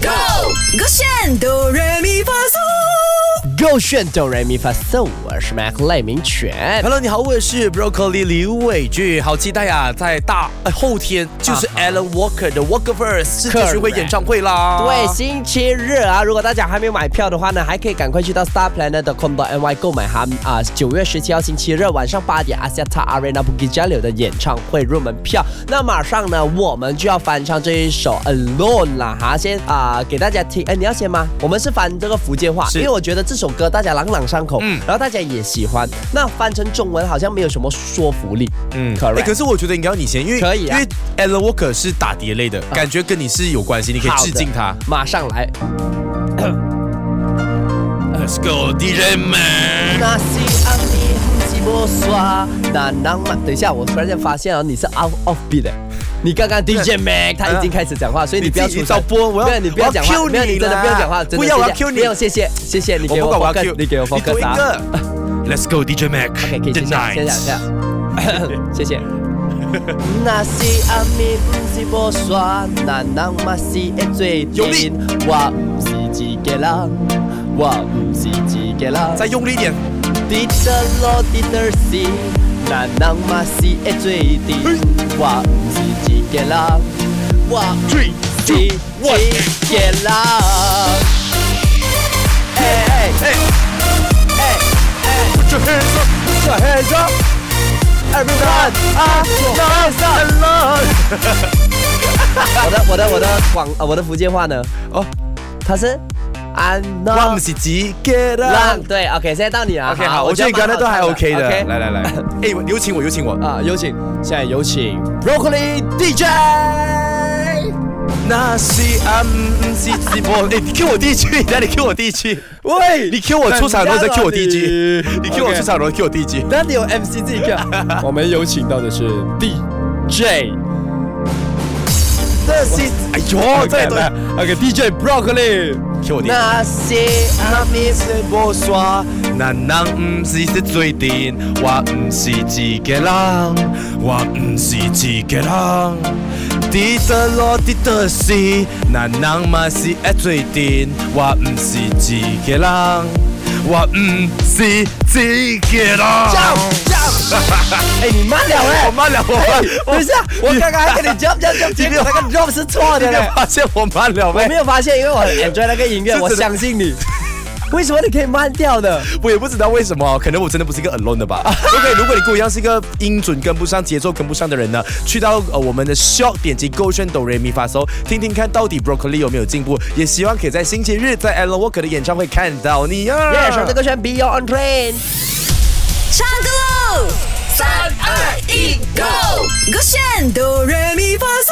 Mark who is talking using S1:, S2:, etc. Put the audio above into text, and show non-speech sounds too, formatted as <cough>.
S1: Go，我选哆来咪发嗦。
S2: Go 炫哆来咪发嗦，我是 Mac 赖明哎全。
S3: Hello，你好，我是 Broccoli 刘伟俊，好期待呀、在大、哎、后天就是
S2: 啊
S3: Alan Walker 的 Walkerverse 世界巡回
S2: Correct
S3: 演唱会啦。
S2: 对，星期日啊，如果大家还没有买票的话呢，还可以赶快去到 starplanet.com.ny 购买哈啊，九、月十七号星期日晚上八点 a s i a t a Arena Bukit Jalil 的演唱会入门票。那马上呢，我们就要翻唱这一首 Alone 啦哈，先啊、给大家听。哎，你要先吗？我们是翻这个福建话，
S3: 是
S2: 因为我觉得这首歌大家朗朗上口，
S3: 嗯
S2: 然后大家也喜欢。那翻成中文好像没有什么说服力，嗯
S3: 哎，
S2: ，correct
S3: 可。是我觉得应该要你先，因为
S2: 可以啊啊
S3: 因为 Alan Walker 是打碟类的，感觉跟你是有关系，你可以
S2: 好的
S3: 致敬他。
S2: 马上来。
S3: Let's go DJ man。
S2: 那是安迪寂寞耍，那浪漫。等一下，我突然间发现啊，你是 out of beat 的。你刚刚 DJ Mac 他已经开始讲话，所以你不要
S3: 啊你自
S2: 出
S3: 己
S2: 声
S3: 找播我要
S2: 没有你不要讲话，
S3: 我要 cue
S2: 没有你
S3: 你
S2: 真的不要讲话，
S3: 啦
S2: 真的
S3: 不要我要
S2: 谢谢
S3: cue 你
S2: 没有，谢谢谢谢你
S3: 我
S2: 给
S3: 不
S2: 我
S3: 管，我要
S2: focus，
S3: Q，
S2: 你给我 focus 啊。
S3: Let's go DJ Mac。
S2: OK，可以
S3: The
S2: 先下，先
S3: night
S2: 下，先下，
S3: <laughs>
S2: 谢谢。那是暗暝，不是无山，那人嘛是会做
S3: 用力
S2: 阵。我不是一个人，我不是一个人。
S3: 再用力一点。
S2: 滴答落滴答是，那人嘛是
S3: E
S2: 会做阵。我不是一个人，我不是
S3: Three,
S2: 一
S3: two, one.
S2: 个人。哎哎
S3: Hey,
S2: 哎
S3: put your hands up, put your hands up.
S2: ，Everyone up your
S3: <laughs>
S2: hands up！我的我的我的广
S3: uh,
S2: 呃我的福建话呢？
S3: 哦，
S2: 他是安
S3: 我
S2: 娜
S3: 们是几个
S2: 浪
S3: 人
S2: 对，OK，现在到你了。
S3: ？OK，好，我觉得你刚才都还 OK 的。来
S2: <laughs>
S3: 来来，哎，我有请我，有请我。
S2: 啊，有请，现在有请 Broccoli DJ。
S3: 那是啊，嗯是直播。 <laughs> 哎，你 Q 我第一句，那你 Q 我第一句，
S2: 喂
S3: 你 Q 我出场的时候再 Q 我第一句，你 Q 我哎
S2: OK
S3: 出场的时候 Q 我第一句。
S2: 那你有 MC 自己跳。我们有请到的是 DJ，
S3: 那是，哎呦，这都
S2: OK，DJ Broccoli。
S3: Q 我第一句。
S2: 那些
S3: 阿咪是无山，咱人毋是说做阵，我毋是一个人，我毋是一个人。伫倒落伫倒是，咱人嘛是会做阵，我毋是一个人，我毋是一个人。
S2: jump jump，哎，你慢了
S3: 我
S2: 嘞。
S3: 慢 <laughs> 了，我慢，我
S2: 等一下，我刚刚还跟你 jump jump jump，结果那个 jump 是错的
S3: 你
S2: 嘞
S3: 有。发现我慢了
S2: 我没
S3: 没？
S2: 有发现，因为我很 enjoy 那个音乐，
S3: 是
S2: 我
S3: 哎真的
S2: 相信你。为什么你可以慢掉的？
S3: 我也不知道为什么，可能我真的不是一个 alone <laughs> 的吧。OK，如果你跟我一样是一个音准跟不上、节奏跟不上的人呢，去到呃我们的 Shop 点击勾选哆瑞咪发嗦，听听看到底 Broccoli 有没有进步。也希望可以在星期日在 Alan Walker 的演唱会看到你啊！
S2: 耶，首这个选 Beyond Train。
S1: 唱歌喽！三二一，Go！我选哆来咪发嗦。